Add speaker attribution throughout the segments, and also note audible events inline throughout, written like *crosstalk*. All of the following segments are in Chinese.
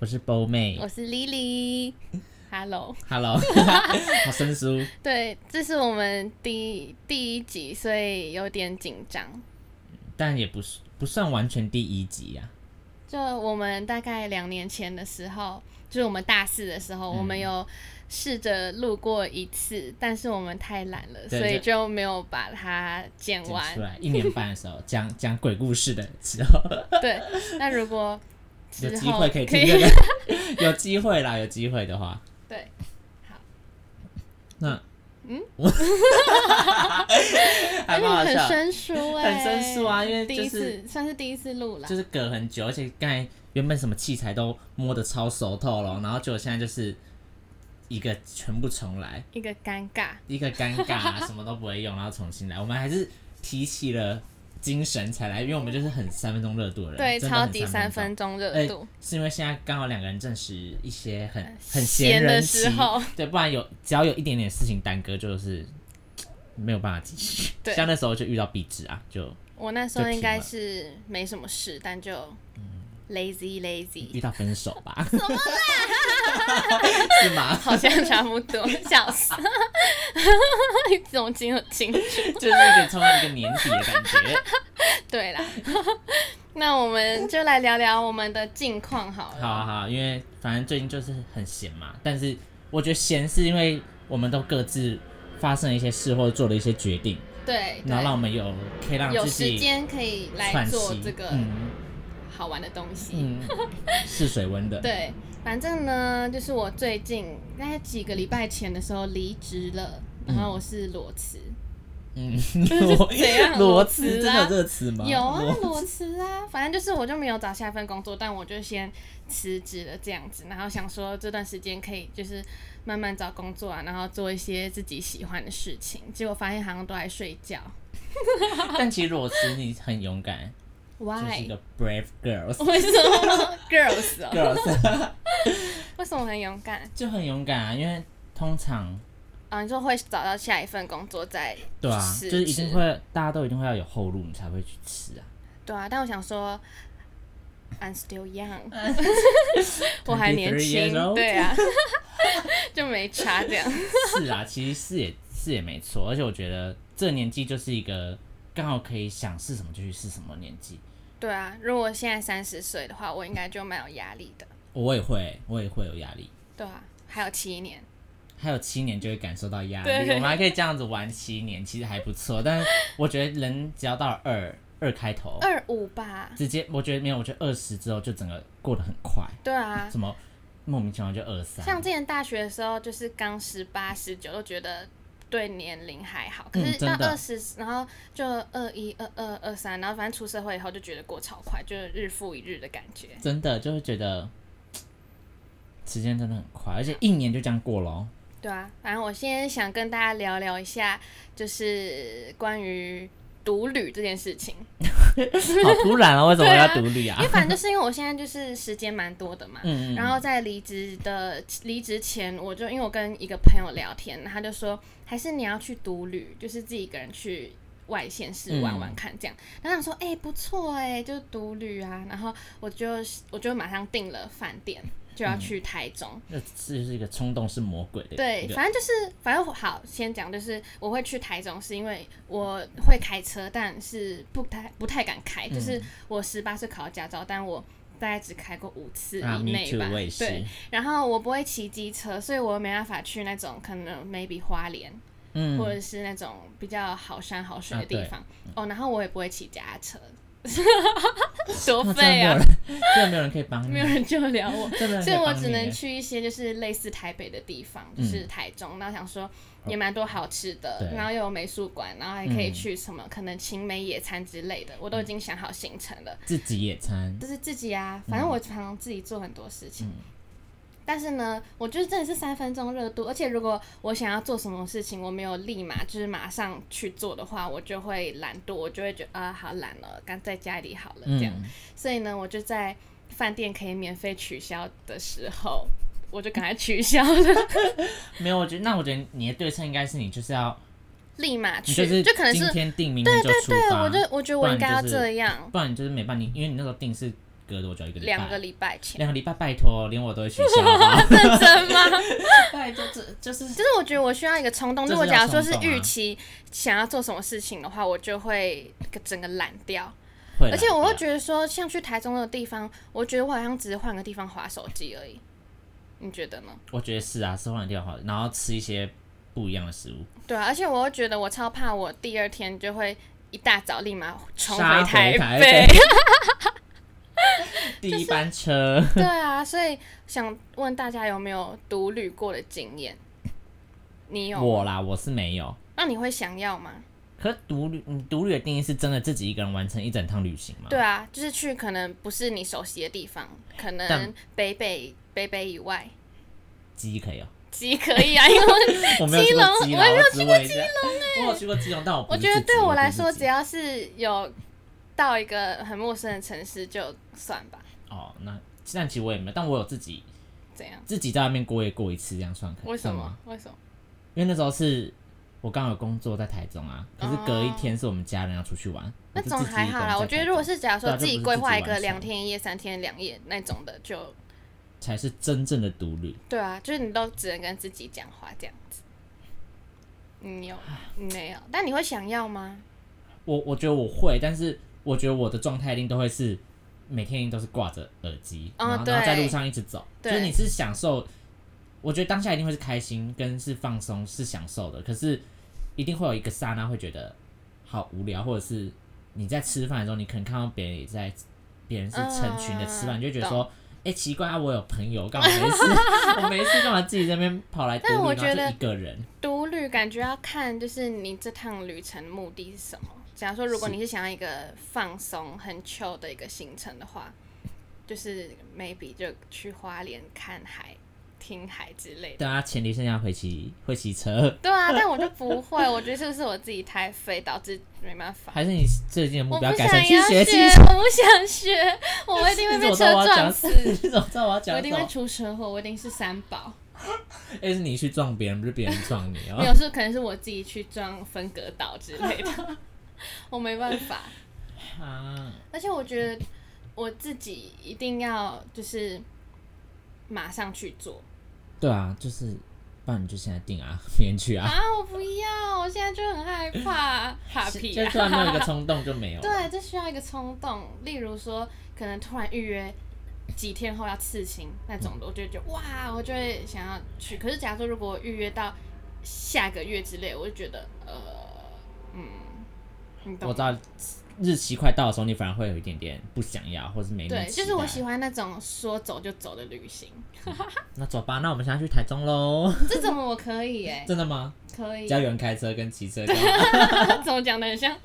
Speaker 1: 我是 BO 妹
Speaker 2: 我是 Lily。Hello， *laughs*
Speaker 1: ，Hello，好生疏，
Speaker 2: 对，这是我们第第一集，所以有点紧张。
Speaker 1: 但也不是不算完全第一集啊呀、
Speaker 2: 就我们大概两年前的时候，就是我们大四的时
Speaker 1: 嗯
Speaker 2: 候，我们有试着录过一次，但是我们太懒了，
Speaker 1: 对
Speaker 2: 所以
Speaker 1: 就
Speaker 2: 就没有把它剪
Speaker 1: 剪
Speaker 2: 完
Speaker 1: 出。来一年半的时候讲讲鬼故事的时候，
Speaker 2: 对，那如果之
Speaker 1: 有机
Speaker 2: 后
Speaker 1: 会可以听这个， *laughs* 有机会啦，有机会的话，
Speaker 2: *laughs* 对，
Speaker 1: 那嗯， *laughs*
Speaker 2: 而
Speaker 1: 还
Speaker 2: 且
Speaker 1: 蛮好
Speaker 2: 很
Speaker 1: 笑，
Speaker 2: 生疏哎、
Speaker 1: 很生疏啊因为
Speaker 2: 第
Speaker 1: 就
Speaker 2: 一
Speaker 1: 是
Speaker 2: 次算是第一次录啦
Speaker 1: 就。是隔很久，而且刚才原本什么器材都摸得超熟透了，然后结果现在就是一个全部重来。
Speaker 2: 一个尴尬，
Speaker 1: 一个尴尬、什么都不会用，然后重新来。我们还是提起了精神才来，因为我们就是很三分钟热度的人，
Speaker 2: 对，
Speaker 1: 真的很
Speaker 2: 超级三分钟热
Speaker 1: 哎
Speaker 2: 度。
Speaker 1: 是因为现在刚好两个人证实一些很很
Speaker 2: 闲
Speaker 1: 闲
Speaker 2: 的
Speaker 1: 人
Speaker 2: 时
Speaker 1: 期
Speaker 2: 候，
Speaker 1: 对，不然有只要有一点点事情耽搁，就是没有办法继续。
Speaker 2: *laughs* 对
Speaker 1: 像那时候就遇到壁纸啊，就
Speaker 2: 我那时候
Speaker 1: 就
Speaker 2: 应
Speaker 1: 停
Speaker 2: 该
Speaker 1: 了嗯
Speaker 2: 是没什么事，但就 lazy lazy，
Speaker 1: 遇到分手吧？怎么啦？是吗？
Speaker 2: *laughs* 好像差不多，笑死！ *laughs* 你怎么记得清楚？
Speaker 1: 就是有点冲到一个年底的感觉。
Speaker 2: 对啦， *laughs* 那我们就来聊聊我们的近况好了。
Speaker 1: 好啊好啊，因为反正最近就是很闲嘛，但是我觉得闲是因为我们都各自发生了一些事或者做了一些决定，
Speaker 2: 对，
Speaker 1: 然后让我
Speaker 2: 对，
Speaker 1: 们有可以让
Speaker 2: 有
Speaker 1: 自
Speaker 2: 时
Speaker 1: 己
Speaker 2: 间可以来
Speaker 1: 喘
Speaker 2: 做
Speaker 1: 息，
Speaker 2: 这个
Speaker 1: 嗯
Speaker 2: 好玩的东西。
Speaker 1: 嗯，试水温的，
Speaker 2: 对，反正呢，就是我最近大概几个礼拜前的时候离职了，然后我是裸辞。 *laughs*
Speaker 1: 嗯，
Speaker 2: 怎样
Speaker 1: 裸
Speaker 2: 裸
Speaker 1: 辞
Speaker 2: 辞
Speaker 1: 真的
Speaker 2: 啊
Speaker 1: 有这个词吗？
Speaker 2: 有啊
Speaker 1: 裸，
Speaker 2: 裸辞啊，反正就是我就没有找下一份工作，但我就先辞职了这样子，然后想说这段时间可以就是慢慢找工作啊，然后做一些自己喜欢的事情。结果发现好像都在睡觉
Speaker 1: 但其实裸辞你很勇敢，就是
Speaker 2: ，Why？
Speaker 1: 一个 brave
Speaker 2: *laughs*
Speaker 1: girls *laughs*
Speaker 2: 为什么 girls 哦？
Speaker 1: girls *laughs*
Speaker 2: 为什么很勇敢
Speaker 1: 就很勇敢啊，因为通常
Speaker 2: 啊？你说会找到下一份工作再
Speaker 1: 对啊，
Speaker 2: 辞
Speaker 1: 就是一定
Speaker 2: 职
Speaker 1: 会大家都一定会要有后路，你才会去吃啊。
Speaker 2: 对啊，但我想说，I'm still young，我 *laughs* 还年
Speaker 1: 23 years
Speaker 2: 轻，
Speaker 1: old
Speaker 2: 对啊，就没差这样。
Speaker 1: 是啊，其实是也是也没错，而且我觉得这个年纪就是一个刚好可以想试什么就去试什么年纪。
Speaker 2: 对啊，如果现在三十岁的话，我应该就蛮有压力的。
Speaker 1: 我也会，我也会有压力，
Speaker 2: 对啊，还有七年，
Speaker 1: 还有七年就会感受到压力。
Speaker 2: 对
Speaker 1: 我们还可以这样子玩七年，其实还不错。但我觉得人只要到了二二开头，
Speaker 2: 二五吧。
Speaker 1: 直接我觉得没有，我觉得二十之后就整个过得很快，
Speaker 2: 对
Speaker 1: *laughs*
Speaker 2: 啊，
Speaker 1: 什么莫名其妙就二三。
Speaker 2: 像之前大学的时候，就是刚十八、十九都觉得对年龄还好，可
Speaker 1: 嗯
Speaker 2: 是
Speaker 1: 真
Speaker 2: 到
Speaker 1: 的
Speaker 2: 二十、然后就二一、二二、二三，然后反正出社会以后就觉得过超快，就是日复一日的感觉。
Speaker 1: 真的就会觉得时间真的很快，而且一年就这样过咯。
Speaker 2: 对啊，反正我现在想跟大家聊聊一下，就是关于独旅这件事情，
Speaker 1: 好突然啊！为什么要
Speaker 2: 对啊
Speaker 1: 独立啊
Speaker 2: 因？为反正就是因为我现在就是时间蛮多的嘛，
Speaker 1: 嗯嗯嗯
Speaker 2: 然后在离职的离职前，我就因为我跟一个朋友聊天，他就说还是你要去独旅，就是自己一个人去外县市玩
Speaker 1: 嗯
Speaker 2: 玩看这样。然后我想说，哎、不错哎、就是独旅啊。然后我就我就马上订了饭店，就
Speaker 1: 嗯
Speaker 2: 要去台中。
Speaker 1: 那这就是一个冲动是魔鬼的一个。
Speaker 2: 对，反正就是，反正我好，先讲就是我会去台中，是因为我会开车，但是不太不太敢开。
Speaker 1: 嗯
Speaker 2: 就是我十八岁考到驾照，但我大概只开过五次
Speaker 1: 啊
Speaker 2: 以
Speaker 1: ，me
Speaker 2: 内吧。
Speaker 1: too，我也是。
Speaker 2: 对，然后我不会骑机车，所以我没办法去那种可能 maybe 花莲、
Speaker 1: 嗯，
Speaker 2: 或者是那种比较好山好水
Speaker 1: 啊
Speaker 2: 的地
Speaker 1: 对
Speaker 2: 方。哦，然后我也不会骑脚踏车， *laughs* 多
Speaker 1: *laughs* 那真的没
Speaker 2: 废
Speaker 1: 有
Speaker 2: 啊！
Speaker 1: 人，真哦的没有人可以帮你，
Speaker 2: 没有人救得了
Speaker 1: *laughs*
Speaker 2: 我。
Speaker 1: 真的没有人可
Speaker 2: 所以
Speaker 1: 以
Speaker 2: 我
Speaker 1: 帮
Speaker 2: 只
Speaker 1: 你
Speaker 2: 能
Speaker 1: 耶嗯
Speaker 2: 去一些就是类似台北的地方，就是台中，然后想说也蛮多好吃的，
Speaker 1: 哦对
Speaker 2: 然后又有美术馆，然后还可以
Speaker 1: 嗯
Speaker 2: 去什么可能青梅野餐之类的，我都已经想好行程了，
Speaker 1: 自己野餐。
Speaker 2: 就是自己啊，反
Speaker 1: 嗯
Speaker 2: 正我常常自己做很多事情。但是呢，我觉得真的是三分钟热度，而且如果我想要做什么事情，我没有立马就是马上去做的话，我就会懒惰，我就会觉得啊、好懒哦，干在家里好了这样。
Speaker 1: 嗯，
Speaker 2: 所以呢，我就在饭店可以免费取消的时候，我就赶快取消了， *laughs*
Speaker 1: 没有，我觉得那我觉得你的对策应该是你就是要，
Speaker 2: 立马
Speaker 1: 你
Speaker 2: 去，
Speaker 1: 就是
Speaker 2: 可能
Speaker 1: 今
Speaker 2: 是
Speaker 1: 天定，明天就出
Speaker 2: 对，
Speaker 1: 发。
Speaker 2: 我就我觉得我应该要这样，
Speaker 1: 不然你就是没办法，你因为你那时候定是隔多久？一个礼拜？
Speaker 2: 两个礼拜前，
Speaker 1: 两个礼拜，拜托，连我都会取消
Speaker 2: *laughs*
Speaker 1: 好不好
Speaker 2: 认真吗？
Speaker 1: 拜托，这就是
Speaker 2: 就是我觉得我需要一个冲动。
Speaker 1: 就是
Speaker 2: 如
Speaker 1: 要
Speaker 2: 果假如说是
Speaker 1: 冲动啊
Speaker 2: 预期想要做什么事情的话，我就会整个懒掉。
Speaker 1: 会。
Speaker 2: 而且我会，觉得说，像去台中的地方，我觉得我好像只是换个地方划手机而已。你觉得呢？
Speaker 1: 我觉得是啊，是换掉好，然后吃一些不一样的食物，
Speaker 2: 对啊，而且我又觉得我超怕，我第二天就会一大早立马冲
Speaker 1: 杀
Speaker 2: 回
Speaker 1: 回
Speaker 2: 台 *laughs*
Speaker 1: 台
Speaker 2: 北。
Speaker 1: 第一班车。
Speaker 2: 对啊，所以想问大家有没有独旅过的经验？你有？
Speaker 1: 我啦，我是没有。
Speaker 2: 那你会想要吗？
Speaker 1: 可是独旅，嗯独旅的定义是真的自己一个人完成一整趟旅行吗？
Speaker 2: 对啊，就是去可能不是你熟悉的地方，可能
Speaker 1: 但
Speaker 2: 北北北北以外，
Speaker 1: 鸡可以哦、
Speaker 2: 鸡可以啊，因为
Speaker 1: *laughs* 我没有去过
Speaker 2: 基
Speaker 1: 鸡
Speaker 2: 隆
Speaker 1: 啦，
Speaker 2: 我没有
Speaker 1: 只问一下。我有去过基隆，但我不
Speaker 2: 我
Speaker 1: 是
Speaker 2: 觉得
Speaker 1: 自己
Speaker 2: 对
Speaker 1: 我
Speaker 2: 我来
Speaker 1: 不是
Speaker 2: 说，
Speaker 1: 自
Speaker 2: 只
Speaker 1: 己
Speaker 2: 要是有到一个很陌生的城市，就算吧，
Speaker 1: 哦，那但其实我也没有，但我有自己
Speaker 2: 怎样？
Speaker 1: 自己在外面过夜过一次，这样算可以
Speaker 2: 为什
Speaker 1: 算
Speaker 2: 么
Speaker 1: 吗？？
Speaker 2: 为什么？
Speaker 1: 因为那时候是我刚好有工作在台中啊，可是隔一天是我们家人要出去玩，
Speaker 2: 哦那种
Speaker 1: 我就自己
Speaker 2: 还
Speaker 1: 一个
Speaker 2: 好
Speaker 1: 人
Speaker 2: 啦，
Speaker 1: 在
Speaker 2: 我觉得
Speaker 1: 台
Speaker 2: 如果
Speaker 1: 中
Speaker 2: 是假如
Speaker 1: 对
Speaker 2: 说
Speaker 1: 啊就
Speaker 2: 自己
Speaker 1: 不
Speaker 2: 规
Speaker 1: 是自己
Speaker 2: 划一
Speaker 1: 完
Speaker 2: 个
Speaker 1: 成
Speaker 2: 两天一夜、三天两夜那种的，就
Speaker 1: 才是真正的独旅，
Speaker 2: 对啊，就是你都只能跟自己讲话这样子。你有你没有？但你会想要吗？
Speaker 1: 我我觉得我会，但是我觉得我的状态一定都会是每天一定都是挂着耳机，
Speaker 2: 哦
Speaker 1: 然后然后在
Speaker 2: 对
Speaker 1: 路上一直走，就
Speaker 2: 对
Speaker 1: 是你是享受，我觉得当下一定会是开心跟是放松是享受的，可是一定会有一个刹那会觉得好无聊，或者是你在吃饭的时候，你可能看到别人也在，别人是成群的吃
Speaker 2: 嗯
Speaker 1: 饭，你就觉得说。哎、奇怪啊！我有朋友，干嘛没事？ *laughs* 我没事，干嘛自己在那边跑来独
Speaker 2: *laughs* 但我
Speaker 1: 立，
Speaker 2: 觉
Speaker 1: 然
Speaker 2: 得
Speaker 1: 后就一个人？
Speaker 2: 独旅感觉要看，就是你这趟旅程的目的是什么。假如说，如果
Speaker 1: 是
Speaker 2: 你是想要一个放松、很 chill 的一个行程的话，就是 maybe 就去花莲看海、听海之类的。
Speaker 1: 对啊，前提是你要会骑会骑车，
Speaker 2: 对
Speaker 1: *laughs*
Speaker 2: 啊，但我就不会，我觉得是不是我自己太废，导致没办法。
Speaker 1: 还是 *laughs* 你最近的目
Speaker 2: 我
Speaker 1: 标
Speaker 2: 不
Speaker 1: 改
Speaker 2: 想
Speaker 1: 成去
Speaker 2: 要
Speaker 1: 学骑
Speaker 2: 学 *laughs*
Speaker 1: 车？，
Speaker 2: 我不想学，我一定
Speaker 1: *laughs*
Speaker 2: 会被车撞死，
Speaker 1: 你怎么知道我要
Speaker 2: 我一
Speaker 1: 讲什
Speaker 2: 定会
Speaker 1: 么？
Speaker 2: 出车祸，我一定是三宝。
Speaker 1: 哎，是你去撞别人，不是别人撞你
Speaker 2: 没 *laughs*
Speaker 1: 哦。
Speaker 2: 有是可能是我自己去撞分隔岛之类
Speaker 1: *laughs*
Speaker 2: 的，我没办法。
Speaker 1: 啊，
Speaker 2: 而且我觉得我自己一定要就是马上去做
Speaker 1: 对啊，就是，不然你就现在定啊，明天去啊。
Speaker 2: 啊！我不要，我现在就很害怕，哈
Speaker 1: 就
Speaker 2: 皮
Speaker 1: 就突然没有一个
Speaker 2: 啊！
Speaker 1: 冲动就没
Speaker 2: *laughs*
Speaker 1: 有。
Speaker 2: 对，这需要一个冲动，例如说可能突然预约。几天后要刺青那种的，我就会觉得哇，我就会想要去。可是假如说如果我预约到下个月之类，我就觉得呃，嗯，你懂
Speaker 1: 我知道日期快到的时候，你反而会有一点点不想要，或是没那么
Speaker 2: 对，就
Speaker 1: 期
Speaker 2: 是我
Speaker 1: 待
Speaker 2: 喜欢那种说走就走的旅
Speaker 1: *laughs*
Speaker 2: 行，
Speaker 1: 那走吧，那我们现在去台中喽。
Speaker 2: 这种我可以哎、
Speaker 1: 真
Speaker 2: *laughs*
Speaker 1: 的吗？
Speaker 2: 可以。
Speaker 1: 只要有人开车跟骑车就好，
Speaker 2: *laughs* 怎么讲的很像，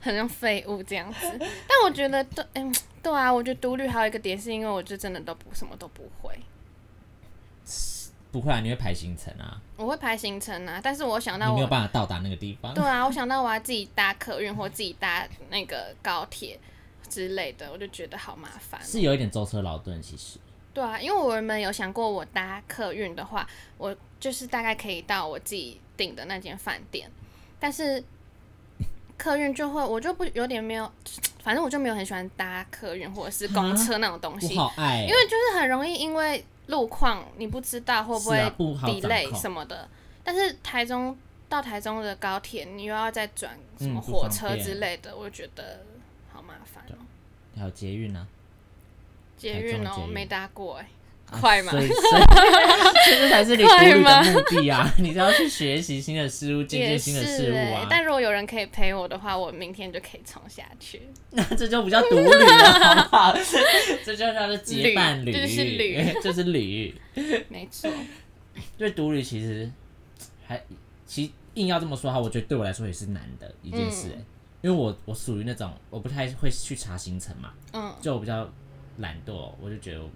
Speaker 2: 很像废物这样子。但我觉得对，嗯，对啊，我觉得独旅还有一个点是因为我就真的都不什么都不会，
Speaker 1: 不会啊，你会排行程啊，
Speaker 2: 我会排行程啊，但是我想到
Speaker 1: 你没有
Speaker 2: 我，
Speaker 1: 办法到达那个地方
Speaker 2: 对。啊，我想到我要自己搭客运或自己搭那个高铁之类的，我就觉得好麻烦哦。
Speaker 1: 是有一点舟车劳顿，其实。
Speaker 2: 对啊，因为我们有想过，我搭客运的话，我就是大概可以到我自己订的那间饭店，但是客运就会，我就不有点没有，反正我就没有很喜欢搭客运或者是公车那种东
Speaker 1: 我
Speaker 2: 西，
Speaker 1: 好爱欸，
Speaker 2: 因为就是很容易因为路况你不知道会不
Speaker 1: 是
Speaker 2: 会
Speaker 1: 啊不好掌
Speaker 2: delay
Speaker 1: 控
Speaker 2: 什么的，但是台中到台中的高铁，你又要再转什
Speaker 1: 嗯
Speaker 2: 么
Speaker 1: 不
Speaker 2: 火
Speaker 1: 方
Speaker 2: 车
Speaker 1: 便
Speaker 2: 之类的，我就觉得好麻烦哦。
Speaker 1: 还有捷运啊。
Speaker 2: 捷
Speaker 1: 台中的
Speaker 2: 运哦，
Speaker 1: 捷
Speaker 2: 我
Speaker 1: 运
Speaker 2: 没搭过哎、快吗
Speaker 1: 啊所？以，所以 *laughs* 所以这才是你独
Speaker 2: 快
Speaker 1: 立
Speaker 2: 吗
Speaker 1: 的目的啊！ *laughs* 你是要去学习新的事物，见
Speaker 2: 也
Speaker 1: 见
Speaker 2: 是
Speaker 1: 新的事物
Speaker 2: 欸
Speaker 1: 啊。
Speaker 2: 但如果有人可以陪我的话，我明天就可以冲下去。 *laughs*
Speaker 1: 那这就不叫独旅了，好不好？这就叫做结伴
Speaker 2: 旅
Speaker 1: 侣，
Speaker 2: 这就是
Speaker 1: *laughs*
Speaker 2: 旅，
Speaker 1: 就是旅。
Speaker 2: 没错，
Speaker 1: 对独旅其实还其实硬要这么说哈，我觉得对我来说也是难的一件事、
Speaker 2: 嗯
Speaker 1: 欸因为我我属于那种我不太会去查行程嘛，
Speaker 2: 嗯，
Speaker 1: 就我比较懒惰，我就觉得我，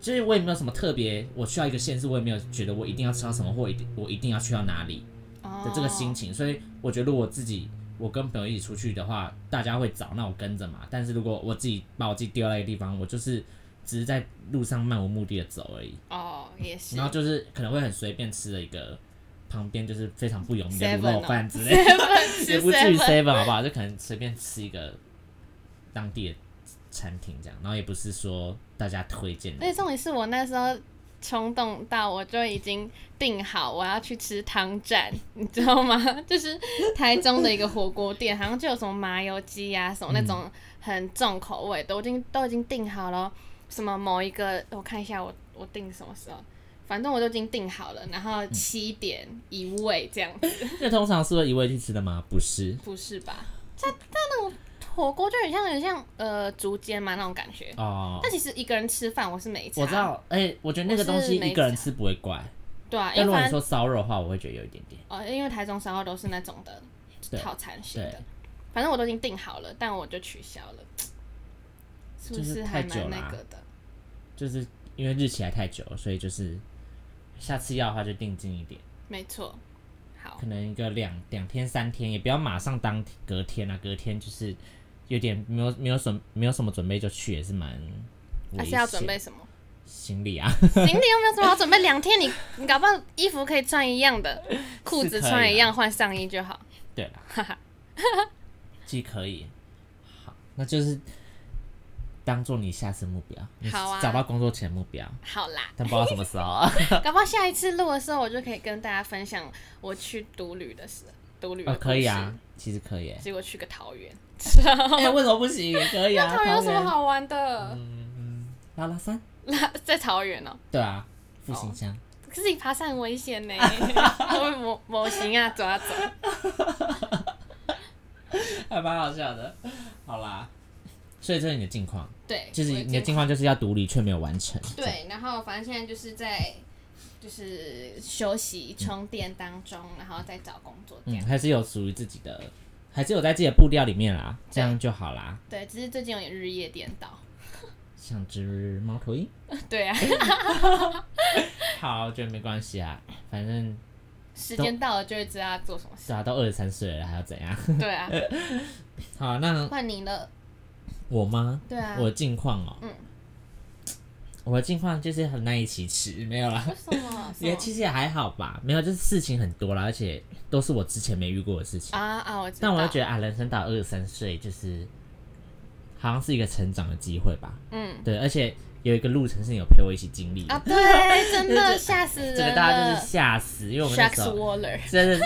Speaker 1: 就是我也没有什么特别，我去到一个县市，我也没有觉得我一定要吃到什么，或一定我一定要去到哪里的
Speaker 2: 哦
Speaker 1: 这个心情。所以我觉得，如果自己我跟朋友一起出去的话，大家会找，那我跟着嘛。但是如果我自己把我自己丢在一个地方，我就是只是在路上漫无目的的走而已，
Speaker 2: 哦，也是。 *laughs*
Speaker 1: 然后就是可能会很随便吃了一个。旁边就是非常不有名的卤肉饭之类
Speaker 2: 哦 seven
Speaker 1: *laughs*
Speaker 2: 吃
Speaker 1: 也不至于
Speaker 2: seven，
Speaker 1: seven 好不好？就可能随便吃一个当地的产品这样，然后也不是说大家推荐
Speaker 2: 而且
Speaker 1: 的，
Speaker 2: 重点是我那时候冲动到，我就已经订好我要去吃汤站，你知道吗？ *laughs* 就是台中的一个火锅店，好像就有什么麻油鸡啊，什么那种很重口味的，我已经都已经订好了。什么某一个，我看一下我我订什么时候，反正我都已经订好了。然后
Speaker 1: 嗯
Speaker 2: 七点一位这样子，
Speaker 1: 这通常是会一位去吃的吗？不是，
Speaker 2: 不是吧？这它那种火锅就很像很像呃竹间嘛那种感觉。
Speaker 1: 哦
Speaker 2: 但，其实一个人吃饭我是没差，
Speaker 1: 我知道，哎、我觉得那个东西
Speaker 2: 我是没
Speaker 1: 一个人吃不会怪，
Speaker 2: 对啊，因为
Speaker 1: 但如果
Speaker 2: 反
Speaker 1: 你
Speaker 2: 正
Speaker 1: 说烧肉的话，我会觉得有一点点，
Speaker 2: 哦，因为台中烧肉都是那种的
Speaker 1: 对
Speaker 2: 套餐型
Speaker 1: 对
Speaker 2: 的，，反正我都已经订好了，但我就取消了，是不
Speaker 1: 就是
Speaker 2: 是
Speaker 1: 太
Speaker 2: 还
Speaker 1: 久
Speaker 2: 蛮
Speaker 1: 啦
Speaker 2: 那个的？
Speaker 1: 就是因为日期还太久了，所以就是下次要的话就定近一点，
Speaker 2: 没错，好
Speaker 1: 可，能一个两两天三天，也不要马上当隔天啊，隔天就是有点没有没有什么没有什么准备就去也是蛮危
Speaker 2: 那
Speaker 1: 险
Speaker 2: 是要准备什么？
Speaker 1: 行李啊，
Speaker 2: 行李又没有什么好准备，两天你你搞不好衣服可以穿一样的，裤
Speaker 1: 是
Speaker 2: 子
Speaker 1: 可以
Speaker 2: 穿
Speaker 1: 啦
Speaker 2: 一样，换上衣就好。
Speaker 1: 对啦，既可以，好，那就是当做你下次目标，你
Speaker 2: 好啊
Speaker 1: 找到工作前的目标，
Speaker 2: 好啦，
Speaker 1: 但不知道什么时
Speaker 2: *laughs*
Speaker 1: 候啊。
Speaker 2: 搞不好下一次录的时候，我就可以跟大家分享我去独旅的事，独旅的
Speaker 1: 哦，可以啊
Speaker 2: 故，
Speaker 1: 其实可以欸
Speaker 2: *laughs* 事，。结果去个桃园，哦
Speaker 1: 哎、为什么不行？可以啊，
Speaker 2: 桃园有什么
Speaker 1: 园？嗯
Speaker 2: 好玩的？
Speaker 1: 拉拉山？
Speaker 2: *laughs* 在桃园哦、
Speaker 1: 对啊，复兴乡。
Speaker 2: 可是你爬山很危险
Speaker 1: *laughs*
Speaker 2: 呢，会模模型啊走啊走。
Speaker 1: 还蛮好笑的。好啦，所以这是你的近况，
Speaker 2: 对，
Speaker 1: 就是
Speaker 2: 我已
Speaker 1: 你的
Speaker 2: 经
Speaker 1: 近况就是要独立却没有完成。这样，
Speaker 2: 对，然后反正现在就是在就是休息充电当中，然后再找工作这
Speaker 1: 嗯，
Speaker 2: 样。
Speaker 1: 还是有属于自己的，还是有在自己的步调里面啦，这样就好啦。
Speaker 2: 对，只是最近有点日夜颠 *laughs* 倒。
Speaker 1: 像只猫头鹰。
Speaker 2: 对啊，
Speaker 1: 好，我觉得没关系啊，反正
Speaker 2: 时间到了就会知道要做什么事。
Speaker 1: 对啊，都二十三岁了，还要怎样？ *laughs*
Speaker 2: 对啊，
Speaker 1: 好，那
Speaker 2: 换你了。
Speaker 1: 我吗？
Speaker 2: 对啊，
Speaker 1: 我的近况哦，
Speaker 2: 嗯
Speaker 1: 我的近况就是很难以启齿，没有啦。
Speaker 2: 为什
Speaker 1: *laughs*
Speaker 2: 么？什
Speaker 1: 也
Speaker 2: 么
Speaker 1: 其实也还好吧，没有，就是事情很多啦，而且都是我之前没遇过的事情。
Speaker 2: 啊啊，我知道。
Speaker 1: 但我就觉得啊，人生到二十三岁，就是好像是一个成长的机会吧。
Speaker 2: 嗯
Speaker 1: 对，而且有一个路程是你有陪我一起经历的， *laughs*
Speaker 2: 啊，对，真的吓死
Speaker 1: 这个
Speaker 2: 人
Speaker 1: 大家就
Speaker 2: 了
Speaker 1: 是。吓死，因为我们那
Speaker 2: Sharks
Speaker 1: 时候
Speaker 2: Waller，
Speaker 1: *laughs* 真的是